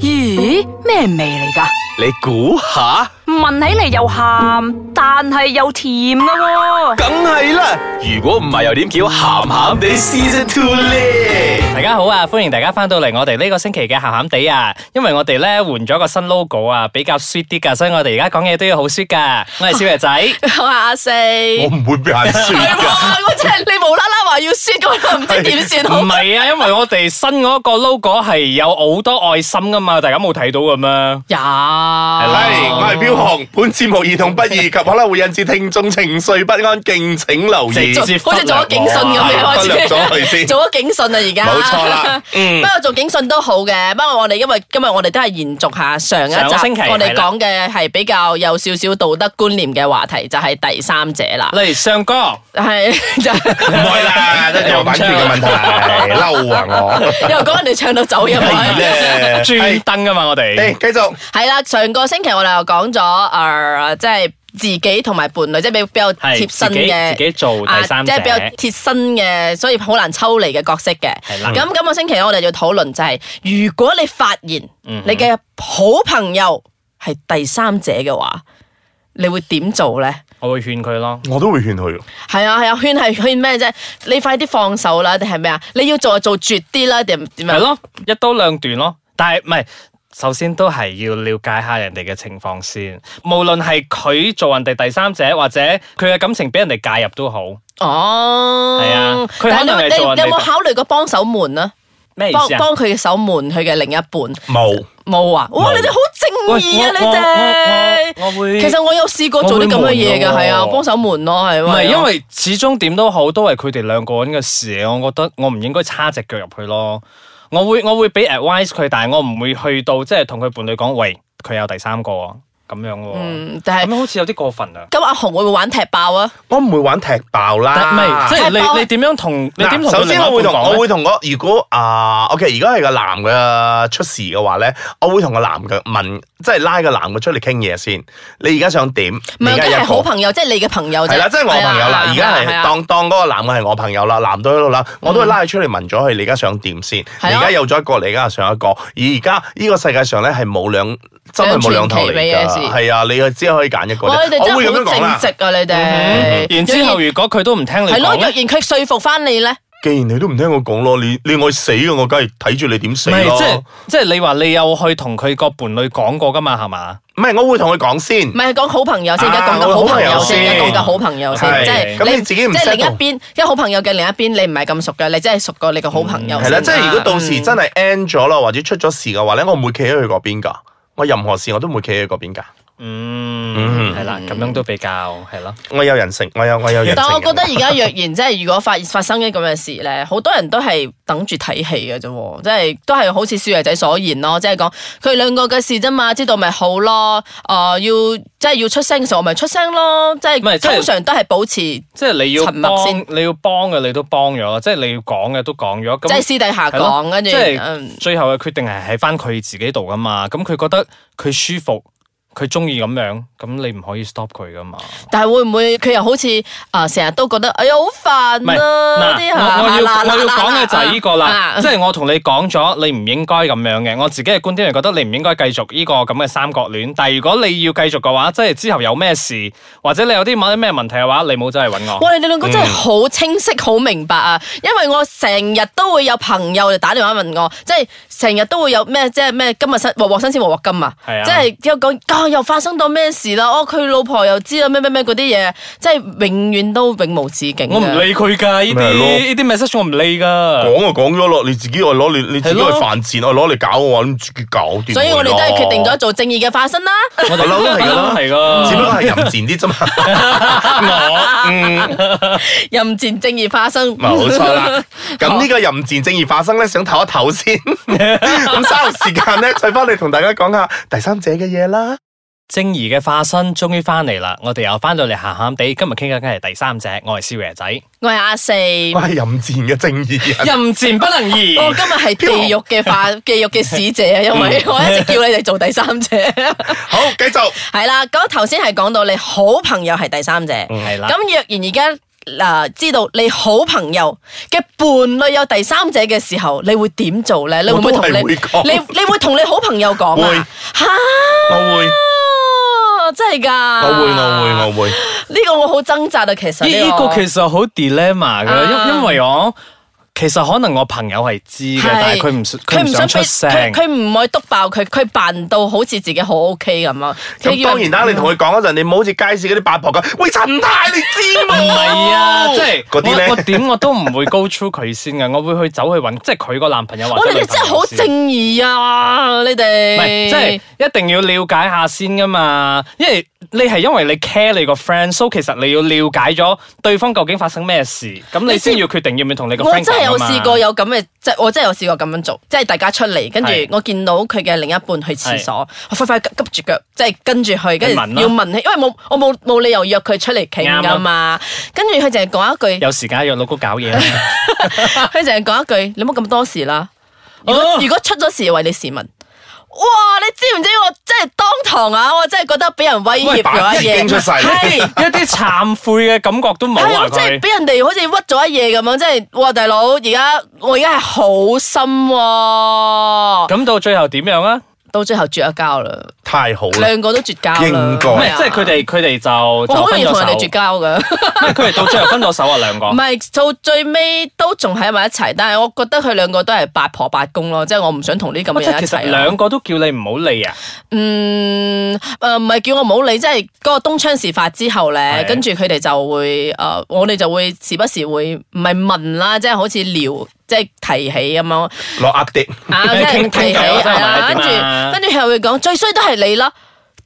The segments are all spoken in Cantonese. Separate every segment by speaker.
Speaker 1: 咦，咩味嚟噶？
Speaker 2: 你估下，
Speaker 1: 聞起嚟又鹹，但係又甜噶喎、
Speaker 2: 梗係啦。如果唔係，又點叫鹹鹹地 Season Two 咧？
Speaker 3: 大家好啊，歡迎大家翻到嚟我哋呢個星期嘅咸咸地啊，因為我哋咧換咗個新 logo 啊，比較 sweet 啲噶，所以我哋而家講嘢都要好 sweet 噶。我係小爺仔，
Speaker 4: 我係阿四，
Speaker 2: 我
Speaker 4: 係
Speaker 2: 唔會俾人
Speaker 4: 我
Speaker 2: sweet 噶。
Speaker 4: 我真係你無啦啦話要輸，我都唔知點算 好
Speaker 3: 唔。係啊，因為我哋新嗰個 logo 係有好多愛心噶嘛，大家冇睇到嘅咩？
Speaker 4: 有
Speaker 2: 係，我係標紅。本節目兒童不宜及可能會引致聽眾情緒不安，敬請留意。
Speaker 3: 直接
Speaker 4: 好似做咗警訊咁
Speaker 2: 係啊
Speaker 4: 樣開
Speaker 2: 忽略咗佢
Speaker 4: 始，
Speaker 2: 先
Speaker 4: 做咗警訊啊而家。
Speaker 2: 冇錯啦。
Speaker 4: 不過做警訊都好嘅，不過我哋因為今日我哋都係延續下上一
Speaker 3: 上個星
Speaker 4: 集
Speaker 3: 期
Speaker 4: 我哋
Speaker 3: 係啦
Speaker 4: 講嘅係比較有少少道德觀念嘅話題，就係第三者啦。
Speaker 3: 嚟上歌，
Speaker 4: 係就
Speaker 2: 唔可以啦，真係有版權嘅問題，嬲啊我。
Speaker 4: 又講人哋唱到走音。
Speaker 2: 係咧，
Speaker 3: 專登噶嘛，我哋
Speaker 2: 誒，繼續。
Speaker 4: 係啦，上個星期我哋又講咗誒，即係自己同埋伴侶，即係比比較貼
Speaker 3: 係
Speaker 4: 身
Speaker 3: 自己
Speaker 4: 嘅
Speaker 3: 自己做
Speaker 4: 啊
Speaker 3: 第三
Speaker 4: 即
Speaker 3: 者，
Speaker 4: 係比較貼身嘅，所以好難抽離嘅角色嘅。
Speaker 3: 係啦
Speaker 4: 咁今個星期我哋要討論就係、如果你發現
Speaker 3: 嗯
Speaker 4: 你嘅好朋友係第三者嘅話，你會點做咧？
Speaker 3: 我會勸佢咯。
Speaker 2: 我都會勸佢。
Speaker 4: 係啊係啊，勸係勸咩啫？你快啲放手啦，定係咩啊？你要做就做絕啲啦，定點
Speaker 3: 係
Speaker 4: 啊？
Speaker 3: 咯，一刀兩斷咯。但係唔係，首先都係要了解下人哋嘅情況先。無論係佢做人哋第三者，或者佢嘅感情俾人哋介入都好，
Speaker 4: 哦，
Speaker 3: 係啊佢
Speaker 4: 但係你
Speaker 3: 可能係
Speaker 4: 你
Speaker 3: 做人
Speaker 4: 你
Speaker 3: 哋
Speaker 4: 有冇考慮過幫手門啊？
Speaker 3: 咩意
Speaker 4: 幫
Speaker 3: 思啊？
Speaker 4: 幫佢嘅手門，佢嘅另一半
Speaker 2: 冇。
Speaker 4: 冇啊！哇，你哋好正義啊！
Speaker 3: 喂
Speaker 4: 你哋。
Speaker 3: 我我我我會
Speaker 4: 其實我有試過做啲咁嘅嘢
Speaker 3: 我
Speaker 4: 㗎，
Speaker 3: 會
Speaker 4: 係啊，
Speaker 3: 悶喎
Speaker 4: 幫手門咯，係
Speaker 3: 唔
Speaker 4: 啊
Speaker 3: 係，因為始終點都好，都係佢哋兩個人嘅事，我覺得我唔應該叉只腳入去咯。我會我會俾 advice 佢，但係我唔會去到即係同佢伴侶講，喂，佢有第三個喎咁樣喎。
Speaker 4: 嗯，但
Speaker 3: 咁
Speaker 4: 係
Speaker 3: 樣好似有啲過分啊！
Speaker 4: 咁阿紅會唔會玩踢爆啊？
Speaker 2: 我唔會玩踢爆啦。
Speaker 3: 但唔係，即係
Speaker 4: 踢爆啊
Speaker 3: 你你點樣同你點同
Speaker 2: 嗱，
Speaker 3: 佢
Speaker 2: 首
Speaker 3: 另
Speaker 2: 先
Speaker 3: 外一
Speaker 2: 我會
Speaker 3: 半
Speaker 2: 同
Speaker 3: 講
Speaker 2: 我
Speaker 3: 咧
Speaker 2: 會同我如果啊，OK，如果係個男嘅出事嘅話咧，我會同個男嘅問，即係拉個男嘅出嚟傾嘢先。你而家想點？
Speaker 4: 唔
Speaker 2: 你而
Speaker 4: 係，
Speaker 2: 家
Speaker 4: 梗係
Speaker 2: 一個
Speaker 4: 好朋友，即係你嘅朋友啫。
Speaker 2: 係啦，即係我朋友啦，而家
Speaker 4: 係
Speaker 2: 係
Speaker 4: 啊嗯
Speaker 2: 當當嗰個男嘅係我朋友啦，男到喺度啦，我都係拉佢出嚟問咗佢，你而家想點先？你
Speaker 4: 係啊
Speaker 2: 而家有咗一個，你而家又上一個，而家呢個世界上咧係冇兩真係冇兩頭嚟
Speaker 4: 兩全其美
Speaker 2: 㗎，
Speaker 4: 嘅事
Speaker 2: 係啊，你只可以揀一個啫。
Speaker 4: 哇！你哋
Speaker 2: 我
Speaker 4: 真
Speaker 2: 會咁樣
Speaker 4: 係
Speaker 2: 講
Speaker 4: 好
Speaker 2: 啦
Speaker 4: 正。直啊！你哋。
Speaker 3: 嗯然之後，如果佢都唔聽你
Speaker 4: 係咯，
Speaker 3: 講啊
Speaker 4: 若然
Speaker 3: 咧，
Speaker 4: 佢說服翻你咧，
Speaker 2: 既然你都唔聽我講咯，你你愛死嘅，我梗係睇住你點死
Speaker 3: 唔係即係
Speaker 2: 咯。
Speaker 3: 即係你話你有去同佢個伴侶講過噶嘛？係嘛？
Speaker 2: 唔係，我會同佢講先
Speaker 4: 唔。係講好朋友先，而家講
Speaker 2: 啊
Speaker 4: 緊好朋友
Speaker 2: 好朋友
Speaker 4: 先，
Speaker 2: 先
Speaker 4: 而家講緊好朋友先，
Speaker 2: 係
Speaker 4: 即係
Speaker 2: 咁你自己唔
Speaker 4: 即係
Speaker 2: settle
Speaker 4: 另一邊，因為好朋友嘅另一邊，你唔係咁熟嘅，你真係熟過你個好朋友
Speaker 2: 嗯係
Speaker 4: 先
Speaker 2: 啦，
Speaker 4: 啦。嗯
Speaker 2: 即係如果到時真係 end 咗啦，或者出咗事嘅話咧，我唔會企喺佢嗰邊噶。我任何事我都唔會企喺佢嗰邊噶。
Speaker 3: 嗯，係啦，咁樣都比較係咯。
Speaker 2: 我有人性，我有我有人性。
Speaker 4: 但我覺得而家若然 即係如果發發生啲咁嘅事咧，好多人都係等住睇戲嘅啫喎，即係都係好似少爺仔所言咯，即係講佢兩個嘅事啫嘛，知道咪好咯？誒、要即係要出聲嘅時候，我咪出聲咯，即
Speaker 3: 唔係
Speaker 4: 係
Speaker 3: 即係
Speaker 4: 通常都係保持即
Speaker 3: 即係你要
Speaker 4: 沉默
Speaker 3: 幫
Speaker 4: 先，
Speaker 3: 你要幫嘅你都幫咗，即係你要講嘅都講咗，咁
Speaker 4: 係私底下
Speaker 3: 係咯
Speaker 4: 講，跟住
Speaker 3: 即
Speaker 4: 嗯
Speaker 3: 係最後嘅決定係喺翻佢自己度噶嘛。咁佢覺得佢舒服，佢中意咁樣，咁你唔可以 stop 佢噶嘛。
Speaker 4: 但係會唔會佢又好似啊成日都覺得哎呀好
Speaker 3: 唔
Speaker 4: 煩
Speaker 3: 係
Speaker 4: 啊
Speaker 3: 嗱，
Speaker 4: 啲
Speaker 3: 我我要我要講嘅就係呢個啦，即
Speaker 4: 係
Speaker 3: 係我同你講咗，你唔應該咁樣嘅。我自己嘅觀點係覺得你唔應該繼續呢個咁嘅三角戀。但係如果你要繼續嘅話，即係之後有咩事，或者你有啲某啲咩問題嘅話，你冇走嚟揾我。
Speaker 4: 哇！你哋兩個真係好清晰、好明白啊！因為我成日都會有朋友嚟打電話問我，即係成日都會有咩即係咩今日新鑊鑊新鮮鑊鑊金啊！
Speaker 3: 係啊
Speaker 4: 即係又講啊又發生到咩事啦？哦，佢老婆又知啦咩咩咩嗰啲嘢，即係永遠都永無止境嘅。
Speaker 3: 我唔理佢噶，呢啲
Speaker 2: 咪係咯
Speaker 3: 呢啲 message 我唔理噶。
Speaker 2: 講就講咗咯，你自己我攞你你自己去
Speaker 3: 係咯
Speaker 2: 犯賤，我攞嚟搞我話，你自己搞掂佢咯。
Speaker 4: 所以我哋都係決定咗做正義嘅化身啦。
Speaker 3: 我
Speaker 2: 我
Speaker 3: 哋
Speaker 2: 嬲都係㗎啦
Speaker 3: 都係噶，
Speaker 2: 只不過係淫 賤啲啫嘛。
Speaker 4: 淫賤正義化身，
Speaker 2: 冇錯啦。咁呢個淫賤正義發生咧，想唞一唞先。咁稍後時間咧，再翻嚟同大家講下第三者嘅嘢啦。
Speaker 3: 正義嘅化身終於翻嚟啦！我哋又翻到嚟咸咸地，今日傾緊嘅係第三者，我係少爺仔，
Speaker 4: 我係阿四。
Speaker 2: 我係淫賤嘅正義人。
Speaker 3: 淫賤不能移。
Speaker 4: 哦我今日係地獄嘅化，地獄嘅使者啊，因為
Speaker 3: 嗯
Speaker 4: 我一直叫你哋做第三者。
Speaker 2: 好，繼續。
Speaker 3: 嗯
Speaker 2: 嗯
Speaker 4: 係啦，咁頭先係講到你好朋友係第三者，咁
Speaker 3: 係啦，
Speaker 4: 若然而家嗱知道你好朋友嘅伴侶有第三者嘅時候，你會點做咧？你會唔會同你
Speaker 2: 我都係會講
Speaker 4: 你你會同你好朋友講
Speaker 2: 會
Speaker 4: 啊？吓，
Speaker 2: 我會
Speaker 4: 真係㗎！
Speaker 2: 我會我會我會，
Speaker 4: 呢個我好掙扎啊，其實
Speaker 3: 呢
Speaker 4: 呢
Speaker 3: 呢
Speaker 4: 個
Speaker 3: 個其實好 dilemma
Speaker 4: 啊
Speaker 3: 嘅，因因為我其實可能我朋友係知嘅，
Speaker 4: 係
Speaker 3: 但係佢唔佢唔想出聲。
Speaker 4: 佢佢唔可以督爆佢，佢扮到好似自己好 OK 咁啊！佢以
Speaker 2: 咁
Speaker 4: 為
Speaker 2: 當然啦，你同佢講嗰陣，你唔好好似街市嗰啲八婆咁，喂陳太你知
Speaker 3: 唔
Speaker 2: 冇？
Speaker 3: 係啊，即係
Speaker 2: 嗰啲
Speaker 3: 我我
Speaker 2: 咧，
Speaker 3: 點我都唔會 go through 佢先嘅，我會去走去揾，即係佢個男朋友或
Speaker 4: 哇！
Speaker 3: 者
Speaker 4: 你
Speaker 3: 女
Speaker 4: 哋真係
Speaker 3: 朋
Speaker 4: 好
Speaker 3: 友先
Speaker 4: 正義啊！你哋
Speaker 3: 唔係，即係一定要了解下先噶嘛，因為你係因為你 care 你個 friend，so 其實你要了解咗對方究竟發生咩事，咁你先要決定要唔要同你個
Speaker 4: 我
Speaker 3: friend
Speaker 4: 真係有
Speaker 3: 講啊嘛
Speaker 4: 試過有咁嘅，即係我真係有試過咁樣做，即係大家出嚟，跟住
Speaker 3: 係
Speaker 4: 我見到佢嘅另一半去廁所，我快快急急住腳，即係跟住去，跟住
Speaker 3: 你問啦
Speaker 4: 要問佢，因為冇我冇冇理由約佢出嚟傾
Speaker 3: 啱
Speaker 4: 噶
Speaker 3: 啊
Speaker 4: 嘛。跟住佢淨係講一句，
Speaker 3: 有時間約老公搞嘢啦，
Speaker 4: 佢淨係講一句，你冇咁多事啦。如果、
Speaker 3: 哦
Speaker 4: 如果出咗事，為你市民。哇！你知唔知我真係當堂啊！我真係覺得俾人威
Speaker 2: 喂
Speaker 4: 脅
Speaker 2: 把
Speaker 4: 咗一啊
Speaker 2: 勁出
Speaker 4: 嘢。
Speaker 2: 晒嚟。
Speaker 3: 一啲慚愧嘅感覺都冇
Speaker 4: 係
Speaker 3: 啊
Speaker 4: 我真
Speaker 3: 佢
Speaker 4: 哎係。俾人哋好似屈咗一嘢咁樣，真係哇！大佬，而家我而家係好深喎、
Speaker 3: 咁到最後點樣啊？
Speaker 4: 到最後絕咗交啦，
Speaker 2: 太好啦！
Speaker 4: 兩個都絕交啦，
Speaker 2: 應該
Speaker 3: 唔
Speaker 4: 係
Speaker 2: 哦
Speaker 3: 係，
Speaker 4: 啊
Speaker 3: 即係佢哋佢哋就
Speaker 4: 我
Speaker 3: 就
Speaker 4: 好容
Speaker 3: 分
Speaker 4: 易
Speaker 3: 咗
Speaker 4: 同人哋
Speaker 3: 手
Speaker 4: 絕，交噶，唔
Speaker 3: 唔係佢哋到最後分咗手啊兩個。
Speaker 4: 係到最尾都仲喺埋一齊，但係我覺得佢兩個都係八婆八公咯，即係我唔想同呢咁
Speaker 3: 哇
Speaker 4: 嘅
Speaker 3: 哦即係
Speaker 4: 人一
Speaker 3: 其實
Speaker 4: 齊啊啦。
Speaker 3: 兩個都叫你唔好理啊，
Speaker 4: 嗯，誒唔係叫我唔好理，即係嗰個東窗事發之後咧，
Speaker 3: 係
Speaker 4: 跟住佢哋就會誒、呃我哋就會時不時會唔係問啦，即係好似聊，即係提起咁樣。
Speaker 2: 落 update，
Speaker 4: 啊，
Speaker 3: 你
Speaker 4: 即係
Speaker 3: 傾
Speaker 4: 提
Speaker 3: 傾
Speaker 4: 起
Speaker 3: 偈咯真係
Speaker 4: 係啦，
Speaker 3: 問
Speaker 4: 跟
Speaker 3: 你
Speaker 4: 住
Speaker 3: 點啊
Speaker 4: 跟住佢又會講最衰都係你啦。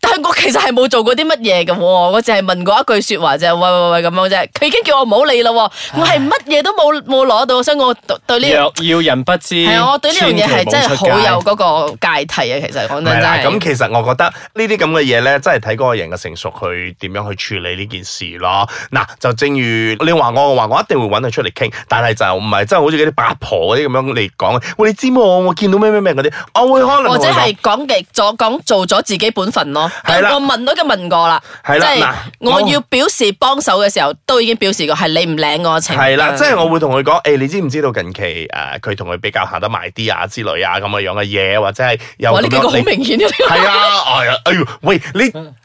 Speaker 4: 但係我其實係冇做過啲乜嘢嘅喎，我淨係問過一句説話啫，喂喂喂咁樣啫。佢已經叫我唔好理啦喎，我係乜嘢都冇冇攞到，所以我對對呢
Speaker 3: 要要人不知。
Speaker 4: 係啊，我對呢樣嘢
Speaker 3: 千祈
Speaker 4: 係
Speaker 3: 冇
Speaker 4: 真係
Speaker 3: 出
Speaker 4: 好
Speaker 3: 街
Speaker 4: 有嗰個芥蒂啊。其實講真
Speaker 2: 係
Speaker 4: 真
Speaker 2: 啦。
Speaker 4: 係
Speaker 2: 咁。其實我覺得呢啲咁嘅嘢咧，真係睇嗰個人嘅成熟去點樣去處理呢件事咯。嗱，就正如你話我嘅話，我一定會揾佢出嚟傾，但係就唔係真係好似嗰啲八婆嗰啲咁樣嚟講，喂，你知冇？我見到咩咩咩嗰啲，我會可能
Speaker 4: 或者
Speaker 2: 同佢講
Speaker 4: 係講嘅做講做咗自己本分咯，
Speaker 2: 係
Speaker 4: 但
Speaker 2: 啦
Speaker 4: 我問都已經問過啦，即
Speaker 2: 係啦
Speaker 4: 係
Speaker 2: 嗱
Speaker 4: 我
Speaker 2: 我
Speaker 4: 要表示幫手嘅時候，都已經表示過係你唔領我情。
Speaker 2: 係啦，即係我會同佢講，誒，你知唔知道近期誒佢同佢比較行得埋啲啊之類啊咁嘅樣嘅嘢，或者係有
Speaker 4: 哇
Speaker 2: 咁
Speaker 4: 呢幾
Speaker 2: 樣
Speaker 4: 個好
Speaker 2: 你
Speaker 4: 明顯嘅。
Speaker 2: 係啊，哎呀，哎呦，喂，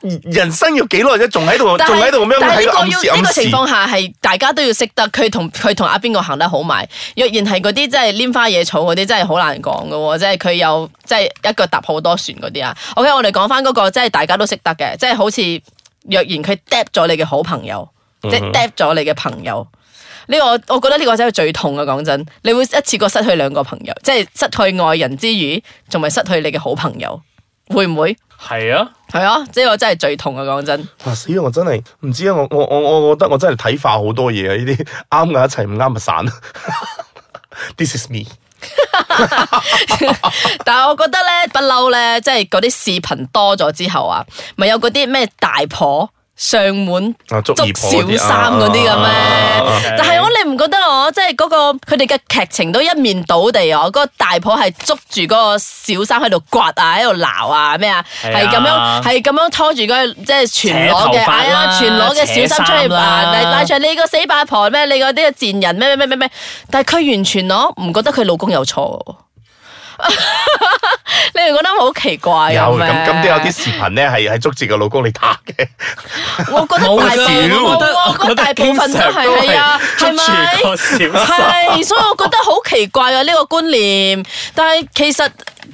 Speaker 2: 你人生要幾耐啫？仲喺度，
Speaker 4: 但
Speaker 2: 哦仲喺
Speaker 4: 係
Speaker 2: 度咁樣
Speaker 4: 但係
Speaker 2: 喺
Speaker 4: 呢
Speaker 2: 度
Speaker 4: 個
Speaker 2: 暗示
Speaker 4: 要呢個
Speaker 2: 暗
Speaker 4: 情
Speaker 2: 示。
Speaker 4: 況下係大家都要識得佢同佢同阿邊個行得好埋，若然係嗰啲即係拈花惹草嗰啲，真係好難講噶喎，即係佢有即係一腳踏好多船嗰啲啊。OK，我哋講翻嗰個即係大家都識得嘅，即係好似若然佢 d 咗你嘅好朋友，
Speaker 2: 嗯
Speaker 4: 即係 d 咗你嘅朋友。呢、個我覺得呢個真係最痛啊！講真，你會一次過失去兩個朋友，即係失去愛人之餘，仲咪失去你嘅好朋友，會唔會？
Speaker 3: 係啊。
Speaker 4: 係啊，呢個真係最痛啊！講真。
Speaker 2: 哇死啊！我真係唔知啊！我我我我覺得我真係睇化好多嘢啊！呢啲啱嘅一齊，唔啱咪散。This is me。
Speaker 4: 但係我覺得咧，不嬲咧，即係嗰啲視頻多咗之後啊，咪有嗰啲咩大婆上門
Speaker 2: 啊
Speaker 4: 捉
Speaker 2: 捉
Speaker 4: 小
Speaker 2: 二婆嗰啲
Speaker 4: 三嗰啲咁
Speaker 2: 啊啊
Speaker 4: 咩
Speaker 2: 啊啊？
Speaker 4: 但係我你唔覺得我即係嗰個佢哋嘅劇情都一面倒地啊！嗰個大婆係捉住嗰個小三喺度刮啊，喺度鬧啊咩啊，
Speaker 3: 係啊
Speaker 4: 係咁樣係咁樣拖住嗰個即係全裸嘅，
Speaker 3: 扯頭髮啦
Speaker 4: 係啊全裸嘅小三出去
Speaker 3: 扯
Speaker 4: 扮，
Speaker 3: 衫啦
Speaker 4: 拉拉住你個死八婆咩？你個啲賤人咩咩咩咩咩？但係佢完全我唔覺得佢老公有錯 喎。你哋覺得好奇怪啊
Speaker 2: 有
Speaker 4: 咁
Speaker 2: 咁咁都有啲視頻咧，係係捉住個老公嚟打嘅。
Speaker 4: 我覺得大部
Speaker 3: 冇
Speaker 4: 分，
Speaker 3: 少
Speaker 4: 我我覺得大部分都係係啊，係
Speaker 3: 經常都
Speaker 4: 咪？
Speaker 3: 係捉住個小三
Speaker 4: 係，所以我覺得好奇怪啊呢個觀念，但係其實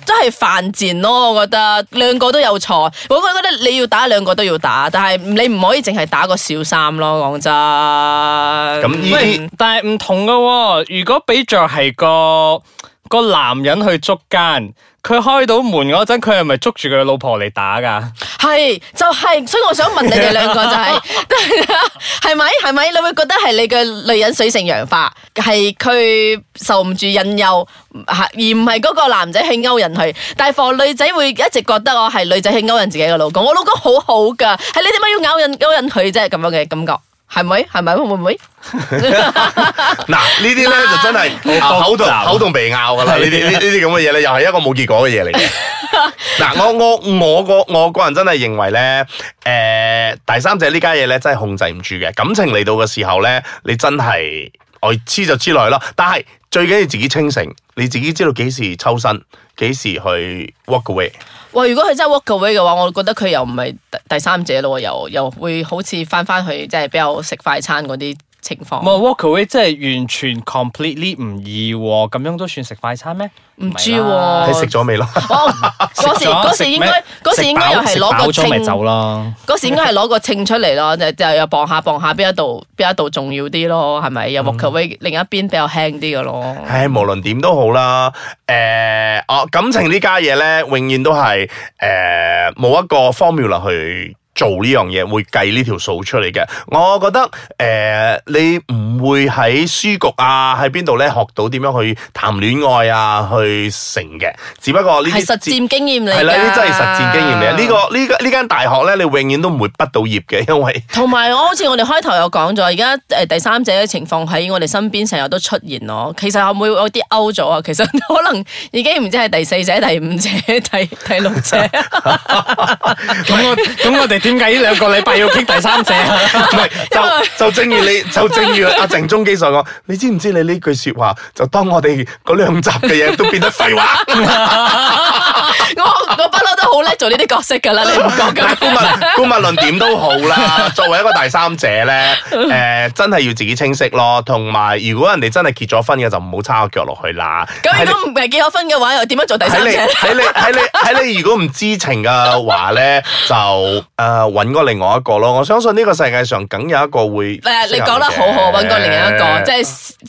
Speaker 4: 都係犯賤咯，我覺得兩個都有錯，我覺得你要打兩個都要打，但係你唔可以淨係打個小三咯，講真。
Speaker 2: 咁
Speaker 4: 咁
Speaker 2: 呢啲
Speaker 3: 喂，但係唔嗯同噶喎。如果比着係個個男人去捉奸，佢開到門嗰陣，佢係咪捉住佢老婆嚟打噶？
Speaker 4: 係就係、所以我想問你哋兩個就係、係咪係咪？你會覺得係你嘅女人水性楊花，係佢受唔住引誘，啊而唔係嗰個男仔去勾引佢。但係防女仔會一直覺得我係女仔去勾引自己嘅老公，我老公好好㗎，係你點解要勾引勾引佢啫？咁樣嘅感覺係咪？係咪會唔會？
Speaker 2: 嗱，呢啲咧就真係啊
Speaker 3: 好
Speaker 2: 口
Speaker 3: 複
Speaker 2: 同
Speaker 3: 雜啊
Speaker 2: 口同鼻拗噶啦，呢啲呢呢啲咁嘅嘢咧，又係一個冇結果嘅嘢嚟嘅。嗱，我我我個我個人真係認為咧，诶、第三者呢家嘢咧真係控制唔住嘅，感情嚟到嘅時候咧，你真係我黐就黐落去咯。但係最緊要自己清醒，你自己知道幾時抽身，幾時去 walk away。
Speaker 4: 哇！如果佢真係 walk away 嘅話，我覺得佢又唔係第第三者咯，又又會好似翻翻去即係比較食快餐嗰啲情
Speaker 3: 唔
Speaker 4: 況。
Speaker 3: 係 walk away 即係完全 completely 唔易喎，咁樣都算食快餐咩？
Speaker 4: 唔知
Speaker 3: 唔係啦
Speaker 2: 睇
Speaker 4: 喎
Speaker 2: 食咗未咯？
Speaker 4: 我哦嗰時
Speaker 3: 食咗
Speaker 4: 嗰時
Speaker 3: 食
Speaker 4: 應
Speaker 3: 咩
Speaker 4: 該嗰時應該又係
Speaker 3: 食飽
Speaker 4: 攞個
Speaker 3: 食飽咗咪
Speaker 4: 稱
Speaker 3: 走啦。
Speaker 4: 嗰時應該係攞個稱出嚟咯，就就又磅下磅下邊一度邊一度重要啲咯，係咪？
Speaker 2: 嗯
Speaker 4: 又 walk away 另一邊比較輕啲嘅咯。
Speaker 2: 唉，無論點都好啦，诶、哦，感情呢家嘢咧，永遠都係诶冇一個 formula 去做呢樣嘢，會計呢條數出嚟嘅。我覺得诶、你唔會喺書局啊，喺邊度咧學到點樣去談戀愛啊，去成嘅。只不過呢
Speaker 4: 係
Speaker 2: 啲
Speaker 4: 實踐經驗嚟㗎。
Speaker 2: 係啦，呢啲真係實戰經驗嚟啊嘅。呢、個呢、個呢間大學咧，你永遠都唔會畢到業嘅，因為
Speaker 4: 同埋我好似我哋開頭有講咗，而家誒第三者嘅情況喺我哋身邊成日都出現咯。其實會唔會有啲 out 咗啊？其實可能已經唔知係第四者、第五者、第 第六 者。
Speaker 3: 咁我咁我哋點解呢兩個禮拜要傾第三者啊？
Speaker 2: 唔係就就正如你就正如阿鄭中基所講，你知唔知你呢句説話就當我哋嗰兩集嘅嘢都變得廢 話？
Speaker 4: 我我不嬲都好叻做呢啲角色㗎啦，你唔覺㗎
Speaker 2: 嗱，
Speaker 4: 啦？
Speaker 2: 顧問顧問論點都好啦。作為一個第三者咧，誒、真係要自己清晰咯。同埋，如果人哋真係結咗婚嘅，就唔好叉個腳落去啦。
Speaker 4: 咁如果唔係結咗婚嘅話，又點樣做第
Speaker 2: 喺
Speaker 4: 三
Speaker 2: 你
Speaker 4: 者？
Speaker 2: 喺你喺你喺你如果唔知情嘅話咧，就誒揾個另外一個咯。我相信呢個世界上梗有一個會
Speaker 4: 誒，你講得好好，揾過另一個，即係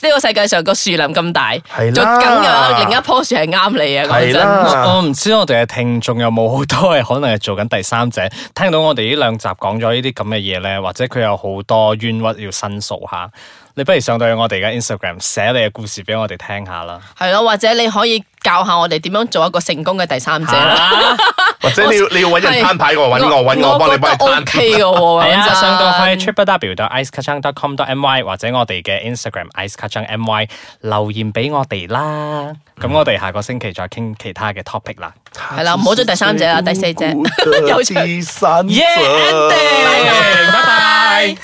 Speaker 4: 呢個世界上個樹林咁大，
Speaker 2: 係
Speaker 4: 就
Speaker 2: 啦
Speaker 4: 梗有另一棵樹係啱你啊！講
Speaker 2: 係
Speaker 4: 真。
Speaker 2: 啦。
Speaker 3: 我唔知我哋嘅聽眾有冇好多係可能係做緊第三者，聽到我哋呢兩集講咗呢啲咁嘅嘢咧，或者佢有好多冤屈要申訴下，你不如上到去我哋嘅 Instagram 寫你嘅故事俾我哋聽下啦。
Speaker 4: 係咯，或者你可以教下我哋點樣做一個成功嘅第三者
Speaker 3: 啊
Speaker 4: 啦。
Speaker 2: 或者你要你要揾人攤牌，我揾啊我揾我幫你幫你
Speaker 4: 覺得
Speaker 2: 攤
Speaker 4: OK 嘅
Speaker 2: 牌。
Speaker 4: 喎，
Speaker 3: 係啊，
Speaker 4: 講真
Speaker 3: 上到去 triplew.icekacang.com.my 或者我哋嘅 Instagram icekacangmy 留言俾我哋啦。咁我哋下個星期再傾其他嘅 topic 啦。
Speaker 4: 係啦，唔好做第 三者啦，第四者。
Speaker 2: 有次散
Speaker 3: Yeah，ending，拜拜。